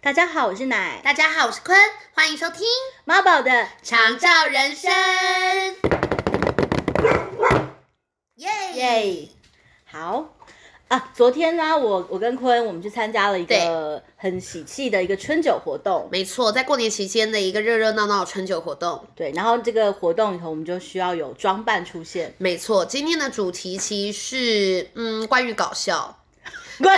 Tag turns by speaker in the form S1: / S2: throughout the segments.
S1: 大家好，我是奶
S2: 大家好，我是坤，欢迎收听《
S1: 妈宝的
S2: 长照人生》。耶耶！
S1: 耶。好啊，昨天呢、我我跟坤我们去参加了一个很喜气的一个春酒活动，
S2: 没错，在过年期间的一个热热闹闹的春酒活动。
S1: 对，然后这个活动里头我们就需要有装扮出现，
S2: 没错，今天的主题其实是嗯，关于搞笑，
S1: 对，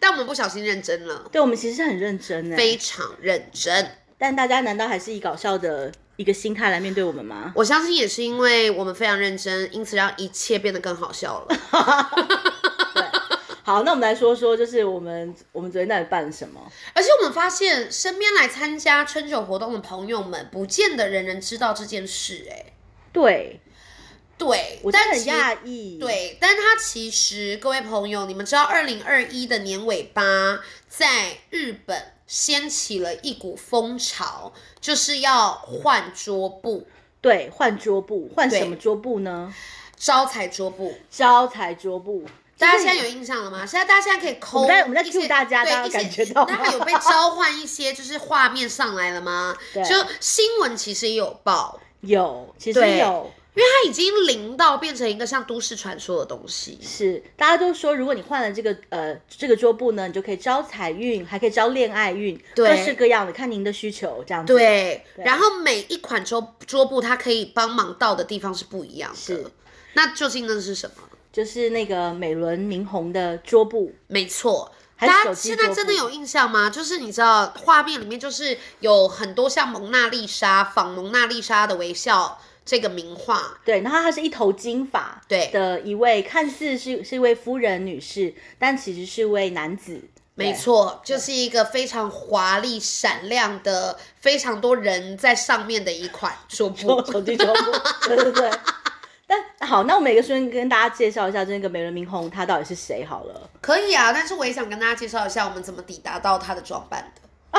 S2: 但我们不小心认真了，
S1: 对我们其实是很认真的，
S2: 非常认真。
S1: 但大家难道还是以搞笑的一个心态来面对我们吗？
S2: 我相信也是因为我们非常认真，因此让一切变得更好笑了。
S1: 好，那我们来说说，就是我们我们昨天到底办了什么？
S2: 而且我们发现，身边来参加春酒活动的朋友们，不见得人人知道这件事、哎，
S1: 对，
S2: 对，
S1: 我真
S2: 但
S1: 的很
S2: 其实
S1: 讶异，，
S2: 对，但它其实各位朋友，你们知道，二零二一的年尾巴在日本掀起了一股风潮，就是要换桌布，
S1: 对，换桌布，换
S2: 对
S1: 什么桌布呢？
S2: 招财桌布。
S1: 招财桌布，
S2: 大家
S1: 就是
S2: 现在有印象了吗？现在大家现在可以抠，
S1: 我们在我们在
S2: 一些
S1: cue 大家
S2: 对
S1: 大家
S2: 一些
S1: 感觉到吗
S2: 那还有被召唤一些就是画面上来了吗？
S1: 对
S2: 就新闻其实也有报，
S1: 有，其实
S2: 对
S1: 有。
S2: 因为它已经零到变成一个像都市传说的东西。
S1: 是，大家都说，如果你换了这个呃这个桌布呢，你就可以招财运，还可以招恋爱运，各
S2: 对
S1: 式各样的，看您的需求这样子。，
S2: 对，然后每一款桌桌布它可以帮忙到的地方是不一样
S1: 是
S2: 的。那究竟那是什么？
S1: 就是那个美轮明宏的桌布，
S2: 没错，
S1: 还是
S2: 大
S1: 手
S2: 家
S1: 机
S2: 现在
S1: 桌
S2: 真
S1: 布
S2: 的有印象吗？就是你知道画面里面就是有很多像蒙娜丽莎仿蒙娜丽莎的微笑这个名画，
S1: 对，然后她是一头金发，
S2: 对
S1: 的一位看似是是一位夫人女士，但其实是位男子，
S2: 没
S1: 对，
S2: 错，就是一个非常华丽闪亮的，非常多人在上面的一款桌布
S1: 手。手机 桌布，对对对。但好，那我每个瞬间跟大家介绍一下这个美轮明宏他到底是谁好了，
S2: 可以啊，但是我也想跟大家介绍一下我们怎么抵达到它的装扮 的。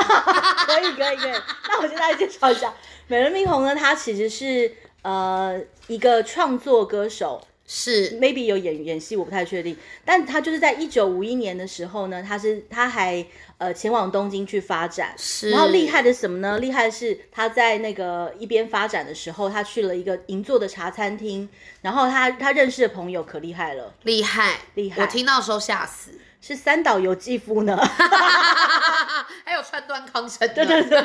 S1: 可以可以可以。那我现在介绍一下美轮明宏呢，他其实是呃一个创作歌手
S2: 是，
S1: ，maybe 有演演戏，我不太确定。但他就是在一九五一年的时候呢，他是他还呃前往东京去发展。
S2: 是
S1: 然后厉害的是什么呢？厉害的是他在那个一边发展的时候，他去了一个银座的茶餐厅，然后他他认识的朋友可厉害了，
S2: 厉害
S1: 厉害
S2: 我听到的时候吓死，
S1: 是三岛由纪夫呢。
S2: 还有川端康成 呢，
S1: 对对对，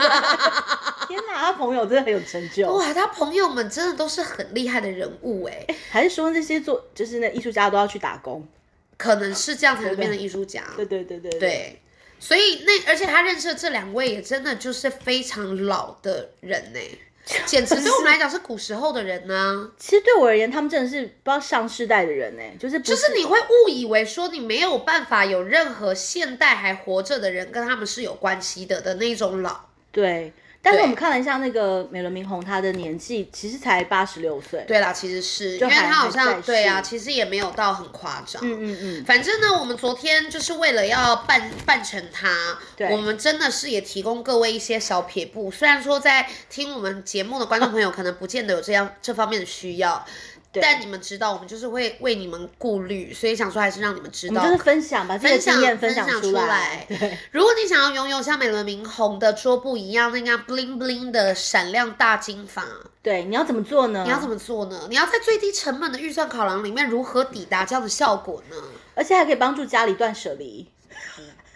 S1: 天哪，他朋友真的很有成就。
S2: 哇，他朋友们真的都是很厉害的人物 哎，
S1: 还是说那些做就是那艺术家都要去打工？
S2: 可能是这样才能变成艺术家，
S1: 对对对对对
S2: 对所以那而且他认识的这两位也真的就是非常老的人呢，简直对我们来讲是古时候的人呢、
S1: 其实对我而言，他们真的是不知道上世代的人呢、欸就是不
S2: 就是你会误以为说你没有办法有任何现代还活着的人跟他们是有关系的的那种老，
S1: 对。但是
S2: 对
S1: 我们看了一下那个美轮明宏，他的年纪其实才八十六岁。
S2: 对啦，其实是因
S1: 就
S2: 为
S1: 还
S2: 他好
S1: 还在
S2: 像对啊，
S1: 世
S2: 其实也没有到很夸张，
S1: 嗯嗯嗯，
S2: 反正呢，我们昨天就是为了要办办成它，我们真的是也提供各位一些小撇步。虽然说在听我们节目的观众朋友可能不见得有这样这方面的需要，但你们知道，我们就是会为你们顾虑，所以想说还是让你们知
S1: 我们就
S2: 道
S1: 是。分享，把自己的
S2: 分享
S1: 经验分
S2: 分享
S1: 出
S2: 出来
S1: 对，
S2: 如果你想要拥有像美轮明宏的桌布一样那样 bling bling 的闪亮大金发，
S1: 对，你要怎么做呢？
S2: 你要怎么做呢？你要在最低成本的预算考量里面，如何抵达这样的效果呢？
S1: 而且还可以帮助家里断舍 离。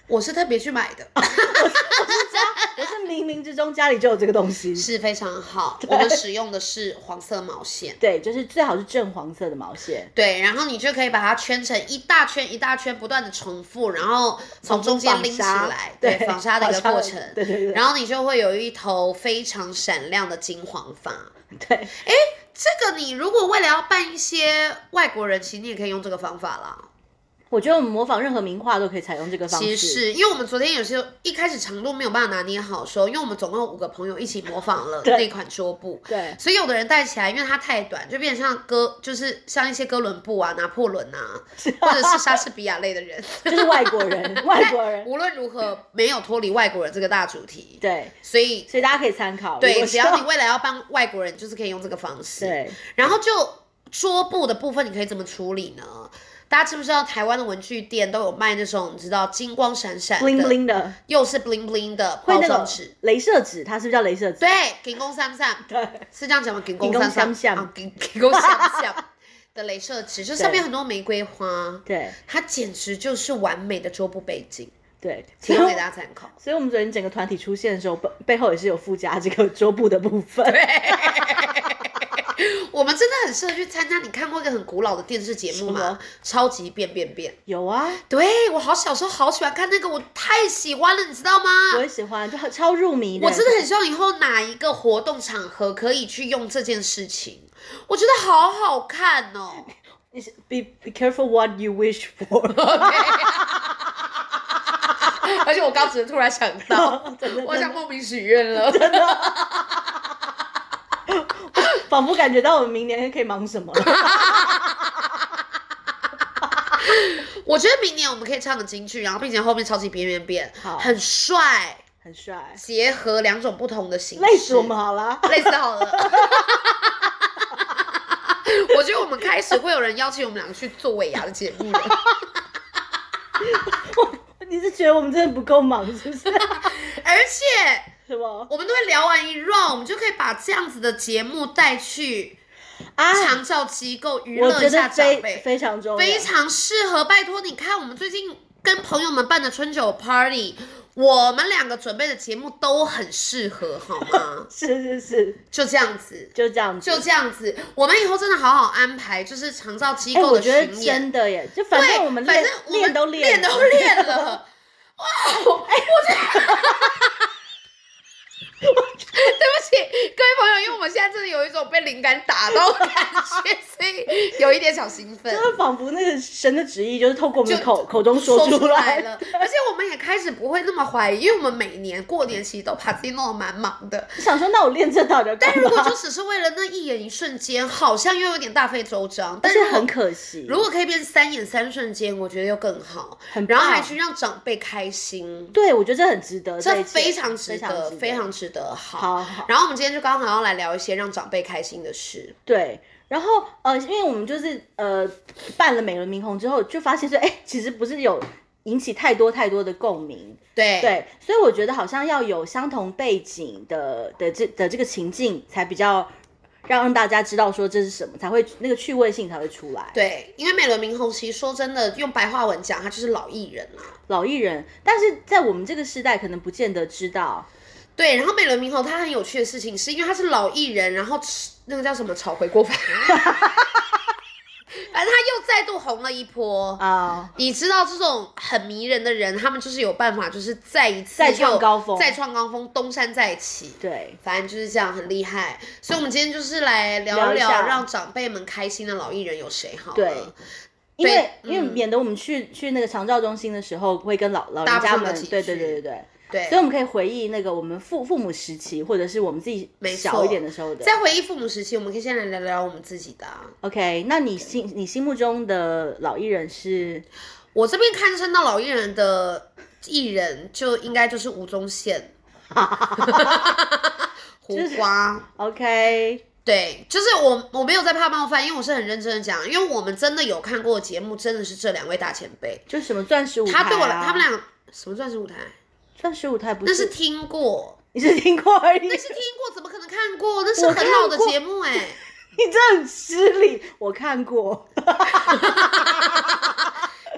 S2: 我是特别去买的。
S1: 我是冥冥之中家里就有这个东西。
S2: 是非常好。我们使用的是黄色毛线，
S1: 对，就是最好是正黄色的毛线。
S2: 对，然后你就可以把它圈成一大圈一大圈，不断的重复，然后从中间拎起
S1: 纺纱
S2: 来，对，
S1: 对
S2: 纺纱的一个
S1: 纺纱
S2: 过程。
S1: 对对对
S2: 然后你就会有一头非常闪亮的金黄发。
S1: 对，
S2: 这个你如果为了要办一些外国人，其实你也可以用这个方法啦。
S1: 我觉得我们模仿任何名画都可以采用这个方式。
S2: 其实是因为我们昨天有些一开始长度没有办法拿捏好说，因为我们总共有五个朋友一起模仿了
S1: 对
S2: 那款桌布，
S1: 对
S2: 所以有的人戴起来，因为它太短，就变成像哥，就是像一些哥伦布啊、拿破仑啊，或者是哎莎士比亚类的人。
S1: 就是外国 人，外国人。
S2: 无论如何，没有脱离外国人这个大主题，
S1: 对，
S2: 所以
S1: 所以大家可以参考。如
S2: 对，
S1: 果
S2: 只要你
S1: 是
S2: 未来要帮外国人，就是可以用这个方式。
S1: 对
S2: 然后就桌布的部分，你可以怎么处理呢？大家知不知道台湾的文具店都有卖那种你知道金光闪闪 的
S1: bling bling 的，
S2: 又是 bling bling 的
S1: 会
S2: 包
S1: 那
S2: 装
S1: 个
S2: 纸？
S1: 镭射纸，它是不是叫镭射纸？
S2: 对，金光闪闪
S1: 对，
S2: 是这样讲吗？金光
S1: 金光
S2: 闪
S1: 闪
S2: 闪，
S1: 闪
S2: 啊， 金金光闪闪的镭射纸，就上面很多玫瑰花，
S1: 对
S2: 它简直就是完美的桌布背 景，
S1: 对，所以
S2: 提供给大家参考。
S1: 所以我们昨天整个团体出现的时候，背背后也是有附加这个桌布的部分。
S2: 我们真的很适合去参加。你看过一个很古老的电视节目
S1: 什
S2: 吗
S1: 么？
S2: 超级变变变。
S1: 有啊，
S2: 对我好小时候好喜欢看那个，我太喜欢了，你知道吗？
S1: 我也喜欢，就很超入迷的。
S2: 我真的很希望以后哪一个活动场合可以去用这件事情，我觉得好好 看哦。
S1: 你是 be be careful what you wish for 。，
S2: 而且我刚只是突然想到
S1: 真的
S2: 哦我想莫名许愿了。
S1: 仿佛感觉到我们明年可以忙什 么了。
S2: 我觉得明年我们可以唱个京剧，然后并且后面超级变变变，
S1: 好
S2: 很帅，
S1: 很帅，
S2: 结合两种不同的形式。
S1: 累死我们好啦。
S2: 累死 好了。我觉得我们开始会有人邀请我们两个去做尾牙的节目了，
S1: 你是觉得我们真的不够忙是 不是？
S2: 而且
S1: 什么
S2: 我们都会聊完一 round，我们就可以把这样子的节目带去
S1: 啊？
S2: 长照机构娱
S1: 我
S2: 乐
S1: 觉
S2: 一
S1: 得
S2: 下长
S1: 非
S2: 辈，
S1: 非常重要，？
S2: 非常适合。拜托，你看我们最近跟朋友们办的春酒 party，我们两个准备的节目都很适合，好吗
S1: 是是是，
S2: 就这样子。
S1: 就这样子。
S2: 就这样子，我们以后真的好好安排，就是长照机
S1: 哎、
S2: 构
S1: 我
S2: 的
S1: 觉得
S2: 巡演。
S1: 真的耶，就反正我们
S2: 反
S1: 练
S2: 正我们
S1: 练都
S2: 练
S1: 练了
S2: 都练 了。哇！哎，我觉得，对不起各位朋友，因为我们现在真的有一种被灵感打到的感觉，所以有一点小兴奋。
S1: 就是仿佛那个神的旨意就是透过我们的
S2: 就
S1: 口口中
S2: 说
S1: 出
S2: 来
S1: 的
S2: 了，而且我们也开始不会那么怀疑，因为我们每年过年其实都把自己弄得蛮忙的。
S1: 想说，那我练这到底要干
S2: 但如
S1: 嘛？
S2: 果就只是为了那一眼一瞬间，好像又有点大费周章。但
S1: 但
S2: 是
S1: 是很可惜，
S2: 如果可以变三眼三瞬间，我觉得又更好。
S1: 很
S2: 然后还
S1: 棒
S2: 去让长辈开心，
S1: 对我觉得这很值得，这
S2: 这
S1: 一切
S2: 非常值得，
S1: 非
S2: 非
S1: 常值
S2: 常值得。好，
S1: 好好
S2: 然后我们今天就刚好要来聊一些让长辈开心的事。
S1: 对。然后呃，因为我们就是呃办了美轮明宏之后，就发现说，哎，其实不是有引起太多太多的共鸣，
S2: 对
S1: 对，所以我觉得好像要有相同背景的的这的这个情境，才比较让让大家知道说这是什么，才会那个趣味性才会出来。
S2: 对因为美轮明宏其实说真的，用白话文讲，他就是老艺人啊啦、
S1: 老艺人，但是在我们这个时代，可能不见得知道。
S2: 对，然后美轮明哦宏他很有趣的事情，是因为他是老艺人，然后吃那个叫什么炒回 锅饭，反正他又再度红了一波。
S1: 啊、
S2: 你知道这种很迷人的人，他们就是有办法，就是再一次
S1: 再创
S2: 又
S1: 高峰
S2: 再创高峰，东山再起。
S1: 对，
S2: 反正就是这样，很厉害。所以，我们今天就是来聊
S1: 聊一
S2: 聊
S1: 下
S2: 让长辈们开心的老艺人有谁好了。
S1: 对因为、因为
S2: 嗯
S1: 免得我们去去那个长照中心的时候，会跟老老人
S2: 搭不
S1: 家
S2: 上
S1: 们
S2: 得，起
S1: 对对
S2: 去
S1: 对对对，
S2: 对
S1: 所以我们可以回忆那个我们父父母时期，或者是我们自己
S2: 没
S1: 小
S2: 错
S1: 一点的时候的。
S2: 在回忆父母时期，我们可以先来聊聊我们自己的啊、
S1: OK，那你心你心目中的老艺人是
S2: 我这边堪称到老艺人的艺人，就应该就是吴 宗宪、胡瓜。
S1: OK？
S2: 对，就是我，我没有在怕冒犯，因为我是很认真的讲，因为我们真的有看过的节目，真的是这两位大前辈，
S1: 就是什么钻石舞台、啊？
S2: 他对我来，他们俩什么钻石舞台，
S1: 钻石舞台不
S2: 那
S1: 是
S2: 是听过，
S1: 你是听过而已，
S2: 那是听过，怎么可能看过？那是
S1: 我
S2: 很老的
S1: 看过
S2: 节目哎、
S1: 你这很失礼。我看 过，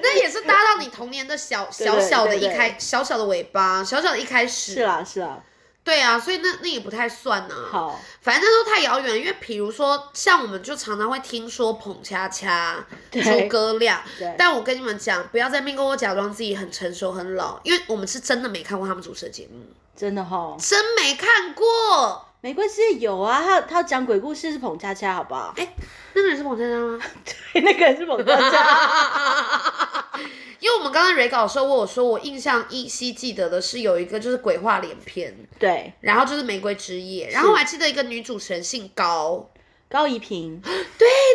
S2: 那也是搭到你童年的小
S1: 对
S2: 小小的
S1: 对
S2: 一
S1: 对
S2: 开小小的尾巴，小小的一开
S1: 是
S2: 始。
S1: 啦是啦，
S2: 对啊，所以那那也不太算呐、啊。
S1: 好，
S2: 反正那都太遥远，因为比如说像我们就常常会听说捧恰恰、
S1: 对
S2: 诸葛亮
S1: 对，
S2: 但我跟你们讲，不要在面跟我假装自己很成熟很老，因为我们是真的没看过他们主持的节目，
S1: 真的哈、
S2: 真没看过。
S1: 没关系，有啊，他他讲鬼故事是捧恰恰，好不好？
S2: 哎，那个人是捧恰恰吗？
S1: 对，那个人是捧恰恰。
S2: 因为我们刚刚 re 稿的时候，我有说我印象依稀记得的是有一个就是鬼话连篇，
S1: 对，
S2: 然后就是玫瑰之夜，然后我还记得一个女主持人姓高，
S1: 高怡平，
S2: 对，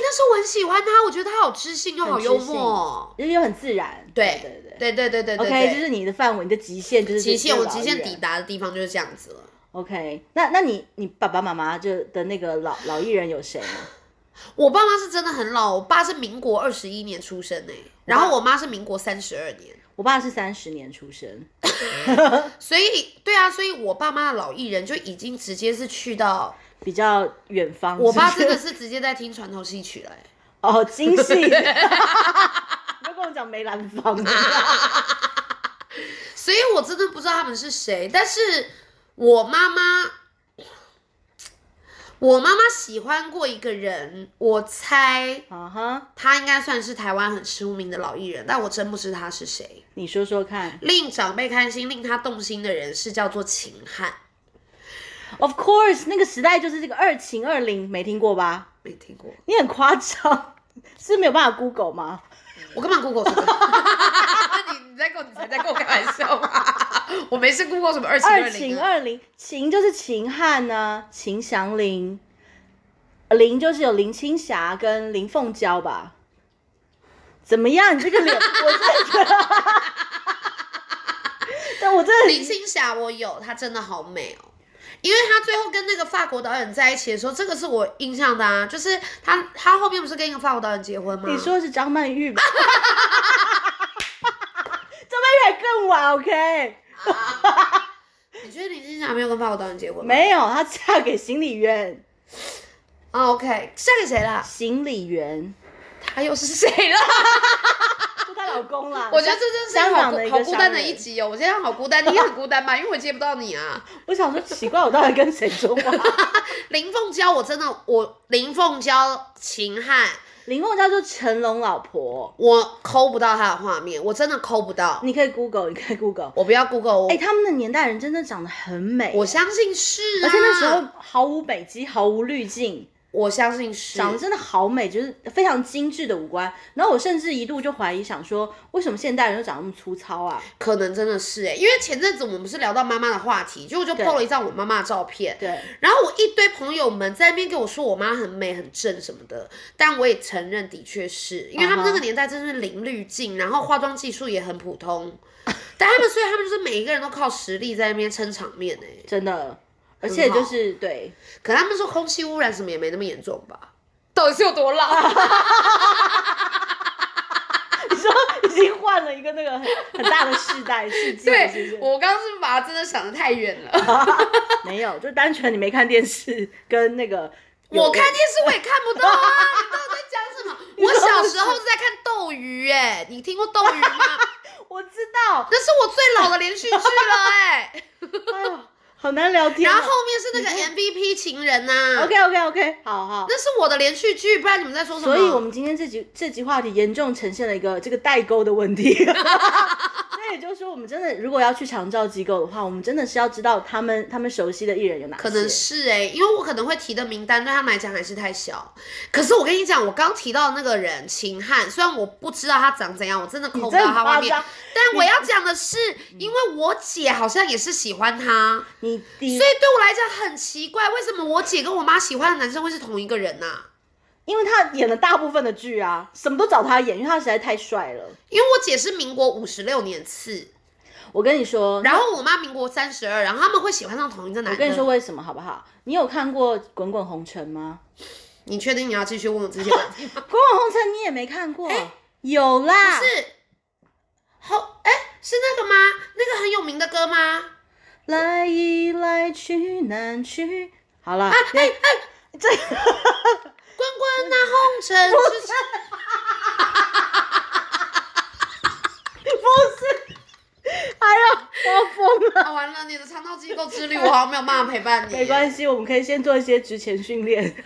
S2: 那时候我很喜欢她，我觉得她好知性又好
S1: 很知
S2: 幽默，
S1: 就是又很自然。
S2: 对
S1: 对对对。
S2: 对对对对对
S1: OK，就
S2: 对，
S1: 是你的范围，你的极限就是
S2: 极限
S1: 这
S2: 我
S1: 个老
S2: 极
S1: 艺
S2: 限
S1: 人
S2: 抵达的地方就是这样子了。
S1: OK，那那你你爸爸妈妈就的那个老老艺人有谁呢？
S2: 我爸妈是真的很老，我爸是民国二十一年出生哎、然后我妈是民国三十二年，
S1: 我爸是三十年出生，
S2: 所以对啊，所以我爸妈的老艺人就已经直接是去到，
S1: 比较远方。
S2: 我爸真
S1: 这
S2: 的
S1: 个
S2: 是直接在听传统戏曲了、哎
S1: 哦，精细。 你不要跟我讲梅兰 芳，
S2: 所以我真的不知道他们是谁，但是我妈妈，我妈妈喜欢过一个人，我猜
S1: 啊哈，
S2: 他应该算是台湾很出名的老艺人，但我真不知他是谁。
S1: 你说说看。
S2: 令长辈开心、令他动心的人是叫做秦汉，
S1: Of course，那个时代就是这个二秦二零，没听过吧？
S2: 没听过。
S1: 你很夸张， 是没有办法 Google 吗？
S2: 我干嘛 Google 这个？ 你你在跟我你才在跟我开玩笑吧？ 我没事 Google 什么二七
S1: 二
S2: 零
S1: 秦
S2: 啊？
S1: 二零，秦就是秦汉呢、秦祥林，林就是有林青霞跟林凤娇吧？怎么样？你这个脸，我真的觉得， 但我真的
S2: 林青霞我有，她真的好美哦。因为她最后跟那个法国导演在一起的时候，这个是我印象的啊，就是她她后面不是跟一个法国导演结婚吗？
S1: 你说的是张曼玉吧？ 张曼玉还更晚，OK？
S2: 你觉得林青霞没有跟法国导演结婚吗？
S1: 没有，她嫁给行李员，
S2: 啊，OK，嫁给谁啦？
S1: 行李员
S2: 她又是谁啦？
S1: 就她老公啦。
S2: 我觉得这真是
S1: 香
S2: 好
S1: 港的一
S2: 孤
S1: 个
S2: 好孤单的
S1: 商人
S2: 一集哦。我现在好孤单，你也很孤单吧？因为我接不到你啊。
S1: 我想说奇怪，我到底跟谁说话？
S2: 林凤娇，我真的我林凤娇、秦汉，
S1: 林凤娇就是成龙老婆，
S2: 我抠不到她的画面，我真的抠不到。
S1: 你可以 Google，你可以 Google。
S2: 我不要 Google，我、
S1: 哎、他们的年代人真的长得很美，
S2: 我相信是、啊，
S1: 而且那时候毫无美肌，毫无滤镜，
S2: 我相信是，
S1: 长得真的好美，就是非常精致的五官。然后我甚至一度就怀疑，想说为什么现代人都长那么粗糙啊？
S2: 可能真的是哎、因为前阵子我们不是聊到妈妈的话题，就我就
S1: 对
S2: PO 了一张我妈妈的照片，
S1: 对，
S2: 然后我一堆朋友们在那边跟我说我妈很美很正什么的，但我也承认的确是因为他们
S1: 嗯哼
S2: 那个年代真是零滤镜，然后化妆技术也很普通，但他们所以他们就是每一个人都靠实力在那边撑场面哎、
S1: 真的，而且就是对，
S2: 可他们说空气污染什么也没那么严重吧？到底是有多老？
S1: 你说已经换了一个那个很很大的世代世界，是不
S2: 对
S1: 是，
S2: 我刚刚是不是把它真的想的太远了。
S1: 没有，就单纯你没看电视跟那个有，
S2: 我看电视我也看不到啊， 你到底在讲什么？我小时候是在看斗鱼、哎，你听过斗 鱼吗？
S1: 我知道，
S2: 那是我最老的连续剧了、 哎。
S1: 哎呦，好难聊天
S2: 然
S1: 啊、
S2: 后后面是那个 MVP 情 人呐、
S1: OK OK OK，好好。
S2: 那是我的连续剧，不然你们在说什么？
S1: 所以，我们今天这集这集话题严重呈现了一个这个代沟的问题。 那也就是说，我们真的如果要去长照机构的话，我们真的是要知道他们他们熟悉的艺人有哪些。
S2: 可能是哎、因为我可能会提的名单对他们来讲还是太小。可是我跟你讲，我刚提到的那个人秦汉，虽然我不知道他长怎样，我真的抠
S1: 你
S2: 不
S1: 真
S2: 到
S1: 的很
S2: 他画
S1: 夸
S2: 面
S1: 张。，嗯
S2: 但我要讲的是，因为我姐好像也是喜欢他，
S1: 你你
S2: 所以对我来讲很奇怪，为什么我姐跟我妈喜欢的男生会是同一个人呐、啊
S1: 因为他演了大部分的剧啊，什么都找他演，因为他实在太帅了。
S2: 因为我姐是民国五十六年次，
S1: 我跟你说，
S2: 然后我妈民国三十二，然后他们会喜欢上同一个男的。
S1: 嗯我跟你说，为什么好不好？你有看过《滚滚红尘》吗？
S2: 你确定你要继续问我这些问 题吗？
S1: 《滚滚红尘》你也没看过？有啦，
S2: 啊哎是，后哎、是那个吗？那个很有名的歌吗？
S1: 来一来去难去。好啦，
S2: 哎哎，
S1: 这
S2: 滚滚那红尘，是是
S1: 不是，哎呀，我要疯了。
S2: 啊，完了，你的肠道机构之旅，我好像没有办法陪伴你。
S1: 没关系，我们可以先做一些职前训 练。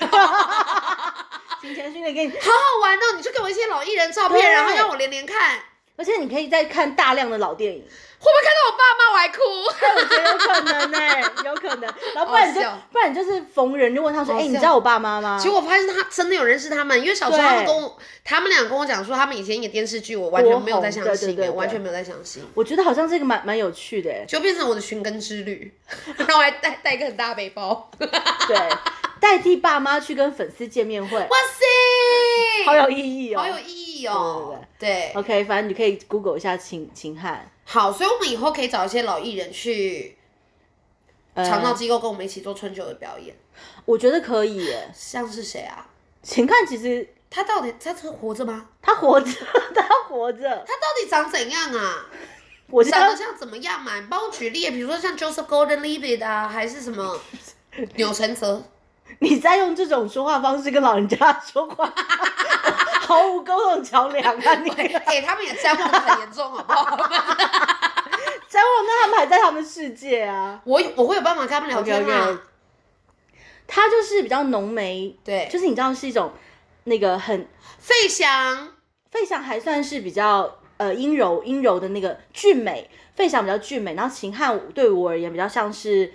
S1: 职前训练给你，
S2: 好好玩哦！你就给我一些老艺人照片，
S1: 对
S2: 然后让我连连看，会
S1: 而且你可以再看大量的老电影，
S2: 不会 看到我爸妈我还哭？
S1: 我觉得有可能呢、有可能。然后不然你就
S2: 好笑
S1: 不然你就是逢人就问他说：“
S2: 好
S1: 哎、你
S2: 笑
S1: 知道我爸妈吗
S2: 其实我发现他真的有认识他们，因为小时候
S1: 对
S2: 他们跟我，他们俩跟我讲说他们以前演电视剧，我完全没有在相
S1: 多红
S2: 信，
S1: 对对对
S2: 我完全没有在相信？”，
S1: 我觉得好像这个蛮蛮有趣的、欸
S2: 就变成我的寻根之旅， 然后我还带带一个很大的背包，
S1: 对，代替爸妈去跟粉丝见面会，
S2: 哇塞，
S1: 好有意义哦、
S2: 好有意义哦。对
S1: OK，反正你可以 Google 一下秦秦汉，
S2: 好，所以我们以后可以找一些老艺人去
S1: 呃
S2: 肠道机构跟我们一起做春酒的表演，
S1: 我觉得可以耶。
S2: 像是谁啊？
S1: 秦汉其实
S2: 他到底他是活着吗？
S1: 他活着，他活着，
S2: 他到底长怎样啊？
S1: 我觉
S2: 长得
S1: 得
S2: 像怎么样嘛？你帮我举例，比如说像 Joseph Gordon-Levitt 啊，还是什 么钮承泽？
S1: 你在用这种说话方式跟老人家说话， 毫无沟通桥梁啊！你
S2: 哎、他们也占用的很严重，好不好？
S1: 在忘那他们还在他们世界啊。
S2: 我哎我会有办法跟他们聊天啊嘛
S1: OK，OK 他就是比较浓眉，
S2: 对，
S1: 就是你知道是一种那个很
S2: 费翔，
S1: 费翔还算是比较呃阴柔阴柔的那个俊美，费翔比较俊美，然后秦汉对我而言比较像是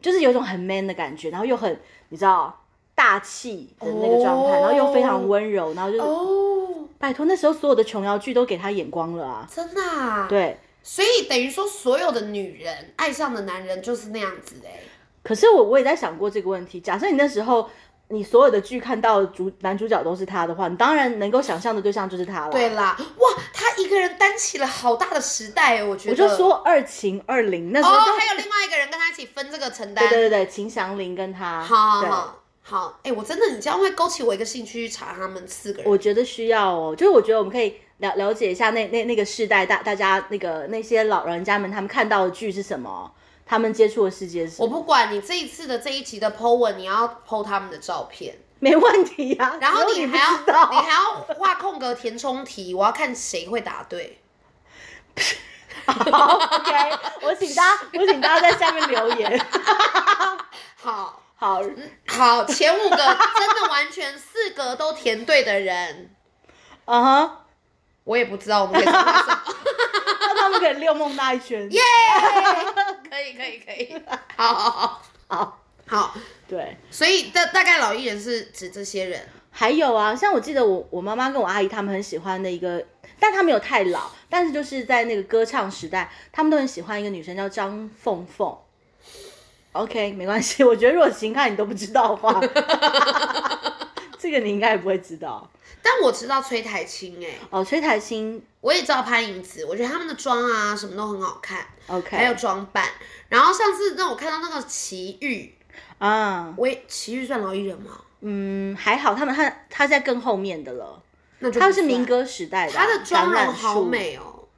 S1: 就是有一种很 man 的感觉，然后又很你知道大气的那个状态，
S2: 哦
S1: 然后又非常温柔，然后就是、
S2: 哦，
S1: 拜托那时候所有的琼瑶剧都给他眼光了啊，
S2: 真的、啊，，
S1: 对。
S2: 所以等于说所有的女人爱上的男人就是那样子哎、
S1: 可是我我也在想过这个问题，假设你那时候。你所有的剧看到的主男主角都是他的话，你当然能够想象的对象就是他了。
S2: 对啦，哇，他一个人担起了好大的时代哎，我觉
S1: 我
S2: 得。
S1: 就说二秦二零那时候
S2: 哦
S1: 就、，
S2: 还有另外一个人跟他一起分这个承担
S1: 对，对对对，秦祥林跟他，
S2: 好好
S1: 对，
S2: 好好，哎、我真的你这样会勾起我一个兴趣去查他们四个人。
S1: 我觉得需要哦，就是我觉得我们可以了了解一下那那那个世代大大家那个那些老人家们他们看到的剧是什么，他们接触的世界是什
S2: 我
S1: 么，
S2: 不管你这一次的这一集的 po 文，你要 po 他们的照片，
S1: 没问题呀、
S2: 然后
S1: 只
S2: 你
S1: 有你
S2: 还要
S1: 不知道
S2: 还要画空格填充题，我要看谁会答对。
S1: 好 OK，我请大家我请大家在下面留 言，
S2: 好
S1: 好，
S2: 好，前五个 真的完全四个都填对的人，
S1: 嗯哼，
S2: 我也不知道我们可以参加什 么。
S1: 让他们可以溜梦那一 圈，耶、
S2: 可以可以可以，好好好
S1: 好，
S2: 好，
S1: 对。
S2: 所以大大概老艺人是指这些人。
S1: 还有啊，像我记得我我妈妈跟我阿姨她们很喜欢的一个，但她没有太老，但是就是在那个歌唱时代，她们都很喜欢一个女生叫张凤凤。OK，没关系，我觉得如果秦汉你都不知道的 话，这个你应该也不会知道
S2: 但我知道崔台青哎、
S1: 哦。崔台青
S2: 我也知道潘迎紫，我觉得他们的妆啊什么都很好看，还有
S1: ，OK
S2: 装扮。然后上次让我看到那个齐豫，
S1: 啊，
S2: 我也齐豫算老艺人吗？
S1: 嗯，还好他们他他在更后面的了，
S2: 那就
S1: 他
S2: 不
S1: 是民
S2: 算，
S1: 歌时代的啊，
S2: 她的妆
S1: 橄榄
S2: 容好
S1: 树，
S2: 美哦，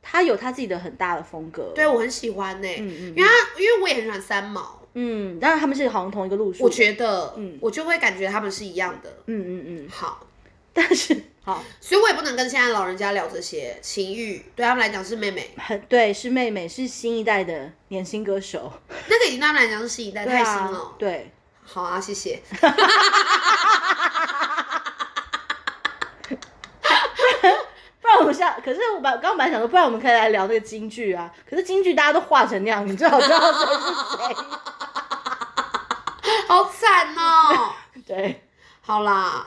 S1: 他有他自己的很大的风格，
S2: 对，我很喜欢呢、欸
S1: 嗯嗯
S2: 因为她因为我也很喜欢三毛，
S1: 嗯，当然他们是好像同一个路数，
S2: 我觉得，
S1: 嗯
S2: 我就会感觉他们是一样的。
S1: 嗯嗯嗯。
S2: 好，
S1: 但 是好
S2: 所以我也不能跟现在老人家聊这些情欲，对他们来讲是妹妹，
S1: 很对，是妹妹，是新一代的年轻歌手，
S2: 那个已经对他们来讲是新一代，
S1: 对
S2: 太新
S1: 啊
S2: 了。
S1: 对，
S2: 好啊，谢谢。
S1: 不然我们下，可是我把我刚刚本来想说，不然我们可以来聊那个京剧啊，可是京剧大家都画成那样，你最好知道谁是
S2: 好惨 哦。
S1: 谁。对，
S2: 好啦，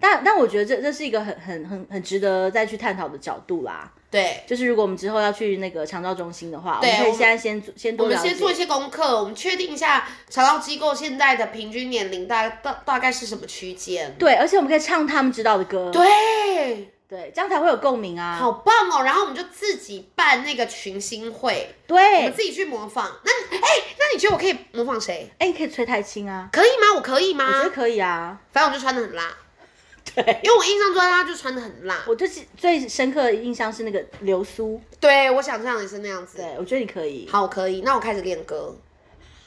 S1: 但但我觉得这这是一个很很很很值得再去探讨的角度啦。
S2: 对，
S1: 就是如果我们之后要去那个长照中心的话，我
S2: 对
S1: 们可
S2: 我
S1: 以
S2: 们
S1: 现在先做先
S2: 我
S1: 多
S2: 们
S1: 了解。
S2: 先做一些功课，我们确定一下肠道机构现在的平均年龄大大大概是什么区间？
S1: 对，而且我们可以唱他们知道的歌，
S2: 对，
S1: 对，这样才会有共鸣啊。
S2: 好棒哦！然后我们就自己办那个群星会，我
S1: 对
S2: 们，自己去模仿。那你哎、那你觉得我可以模仿谁？
S1: 哎，你可以吹太轻啊，
S2: 可以吗？我可以吗
S1: 我？觉得可以啊。
S2: 反正我就穿的很辣，
S1: 对，
S2: 因为我印象中他就穿的很辣。
S1: 我最最深刻的印象是那个流苏，
S2: 对，我想象也是那样子。
S1: 对我觉得你可以。
S2: 好，我可以。那我开始练歌。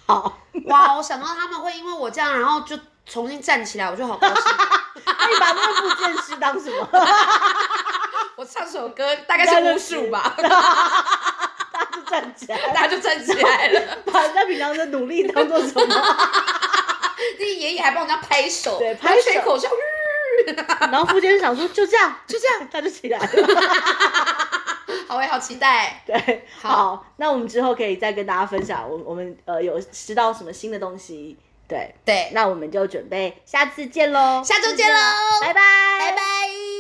S1: 好，
S2: 哇，我想到他们会因为我这样，然后就重新站起来，我就好高兴。
S1: 那 你把那个附件师当什么？
S2: 我唱首歌大概是巫 术吧，
S1: 他就站起来，
S2: 大家就站起来了。
S1: 把人家平常的努力当做什么？
S2: 那爷爷还帮人家拍手，
S1: 对
S2: 然后
S1: 拍手
S2: 吹口哨，
S1: 然后附件师想说就这样，
S2: 就这 样。
S1: 他就起来了。
S2: 好，我也好期待。
S1: 对，
S2: 好
S1: 好，那我们之后可以再跟大家分享，我我们呃有知道什么新的东西？对，
S2: 对，
S1: 那我们就准备下次见喽，
S2: 下周见喽
S1: 拜拜，拜
S2: 拜拜。